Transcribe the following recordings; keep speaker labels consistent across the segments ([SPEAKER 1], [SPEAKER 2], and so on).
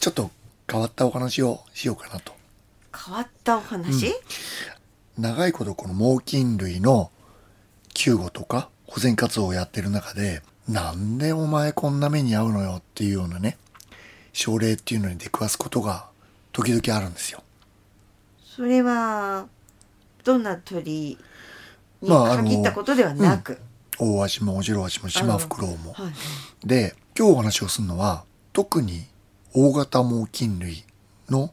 [SPEAKER 1] ちょっと変わったお話をしようかなと。
[SPEAKER 2] 変わったお話、
[SPEAKER 1] 長いことこの猛禽類の救護とか保全活動をやってる中で、なんでお前こんな目に遭うのよっていうようなね、症例っていうのに出くわすことが時々あるんですよ。
[SPEAKER 2] それはどんな鳥に
[SPEAKER 1] まああの
[SPEAKER 2] 限ったことではなく、
[SPEAKER 1] 大足もオジロワシもシマフクロウも。
[SPEAKER 2] はい
[SPEAKER 1] で、今日お話をするのは、特に大型猛禽類の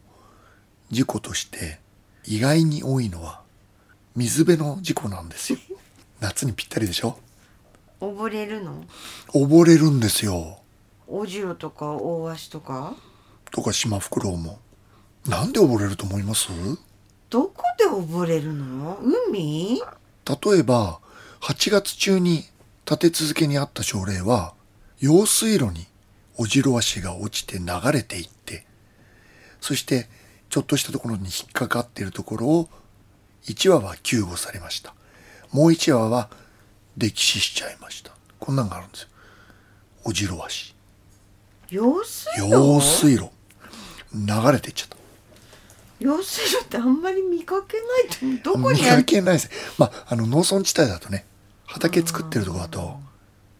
[SPEAKER 1] 事故として意外に多いのは水辺の事故なんですよ。 夏にぴったりでしょ
[SPEAKER 2] 溺れるの
[SPEAKER 1] 溺れるんですよ。
[SPEAKER 2] オジロとかオオワシとか
[SPEAKER 1] とかシマフクロウも。なんで溺れると思います
[SPEAKER 2] どこで溺れるの海
[SPEAKER 1] 例えば、8月中に立て続けにあった症例は、用水路にオジロワシが落ちて流れていって、そしてちょっとしたところに引っかかっているところを、1羽は救護されました。もう1羽は溺死しちゃいました。こんなんがあるんですよ。オジロワシ。
[SPEAKER 2] 用水路
[SPEAKER 1] 用水路。流れていっちゃった。
[SPEAKER 2] 用水路ってあんまり見かけないとどこ
[SPEAKER 1] 見
[SPEAKER 2] にあ
[SPEAKER 1] か
[SPEAKER 2] る
[SPEAKER 1] けないですね。まあ、あの農村地帯だとね、畑作ってるとこだと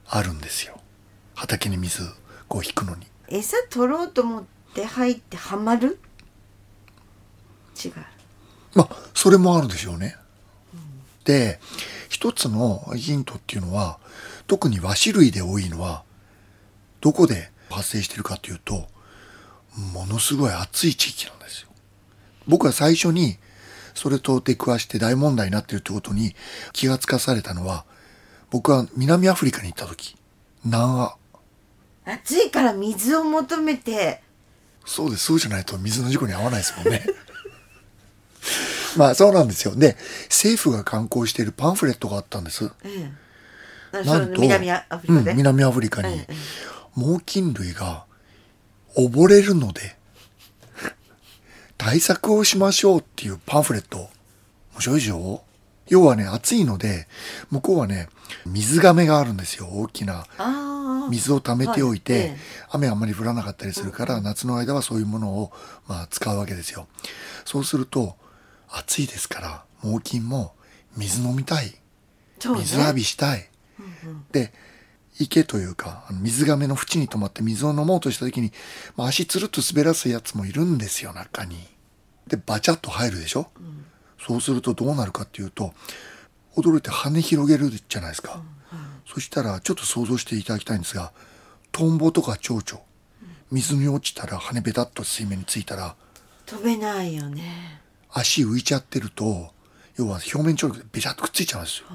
[SPEAKER 1] あるんですよ。畑に水こう引くのに。
[SPEAKER 2] 餌取ろうと思って入ってはまる違う
[SPEAKER 1] まあ、それもあるでしょうね。で、一つのヒントっていうのは、特に和紙類で多いのは、どこで発生してるかというと、ものすごい暑い地域なんですよ。僕は最初に、それと出くわして大問題になってるってことに気がつかされたのは、僕は南アフリカに行った時、南ア、
[SPEAKER 2] 暑いから水を求めて
[SPEAKER 1] そうです。そうじゃないと水の事故に合わないですもんね。 まあそうなんですよ。で、政府が刊行しているパンフレットがあったんです。
[SPEAKER 2] うんな
[SPEAKER 1] な
[SPEAKER 2] そ
[SPEAKER 1] ん
[SPEAKER 2] の
[SPEAKER 1] と、
[SPEAKER 2] 南アフリカで、
[SPEAKER 1] うん、南アフリカ
[SPEAKER 2] うんう
[SPEAKER 1] に
[SPEAKER 2] ん、
[SPEAKER 1] 猛禽類が溺れるので、対策をしましょうっていうパンフレット。面白いでしょ要はね、暑いので、向こうはね、水がめがあるんですよ。大きな
[SPEAKER 2] ああ
[SPEAKER 1] 水を溜めておいて、
[SPEAKER 2] はいええ
[SPEAKER 1] 雨あんまり降らなかったりするから、夏の間はそういうものを、まあ、使うわけですよ。そうすると、暑いですから、猛禽も水飲みたい。
[SPEAKER 2] そうね
[SPEAKER 1] 水浴びしたい。で、池というか、あの水がめの縁に止まって水を飲もうとした時に、まあ、足つるっと滑らすやつもいるんですよ、中に。で、バチャッと入るでしょ、そうするとどうなるかっていうと、驚いて羽広げるじゃないですか。そしたら、ちょっと想像していただきたいんですが、トンボとか蝶々、水に落ちたら羽ベタッと水面についたら、
[SPEAKER 2] 飛べないよね
[SPEAKER 1] 足浮いちゃってると要は表面張力でベチャッとくっついちゃうんですよ、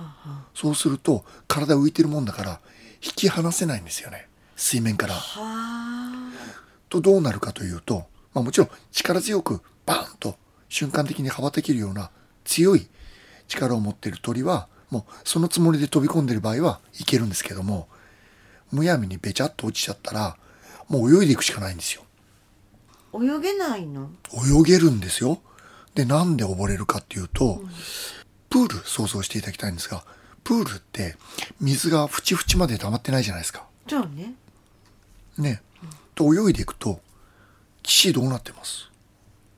[SPEAKER 1] そうすると体浮いてるもんだから引き離せないんですよね水面から
[SPEAKER 2] は
[SPEAKER 1] とどうなるかというと、まあ、もちろん力強くバーンと瞬間的に羽ばたけるような強い力を持っている鳥はもうそのつもりで飛び込んでる場合はいけるんですけどもむやみにベチャッと落ちちゃったらもう泳いでいくしかないんですよ
[SPEAKER 2] あ泳げないの
[SPEAKER 1] 泳げるんですよ。で、なんで溺れるかっていうと、プール想像していただきたいんですが、プールって水がふちふちまで溜まってないじゃないですか。
[SPEAKER 2] そうね
[SPEAKER 1] ね。と泳いでいくと、岸どうなってます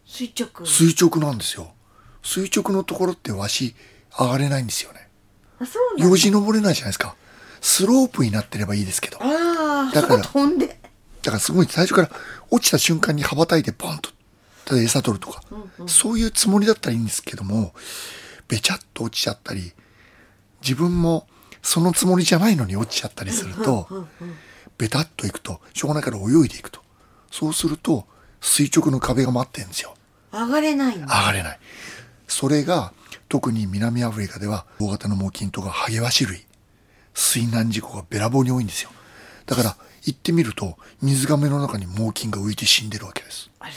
[SPEAKER 2] 垂直
[SPEAKER 1] 垂直なんですよ。垂直のところってわし上がれないんですよね。
[SPEAKER 2] あそうな
[SPEAKER 1] よ
[SPEAKER 2] の
[SPEAKER 1] じ登れないじゃないですか。スロープになってればいいですけど。だ
[SPEAKER 2] ああ
[SPEAKER 1] だ
[SPEAKER 2] そ
[SPEAKER 1] か
[SPEAKER 2] こ
[SPEAKER 1] ら
[SPEAKER 2] 飛んで
[SPEAKER 1] からすごい最初から落ちた瞬間に羽ばたいてポンと、ただ餌取るとか、そういうつもりだったらいいんですけども、べちゃっと落ちちゃったり、自分もそのつもりじゃないのに落ちちゃったりすると、べたっといくと、しょうがないから泳いでいくと。そうすると、垂直の壁が待ってるんですよ。
[SPEAKER 2] 上がれない
[SPEAKER 1] 上
[SPEAKER 2] の
[SPEAKER 1] がれない。それが、特に南アフリカでは、大型の猛禽とかハゲワシ類、水難事故がべらぼうに多いんですよ。だから、行ってみると、水がめの中に猛禽が浮いて死んでるわけです。
[SPEAKER 2] あら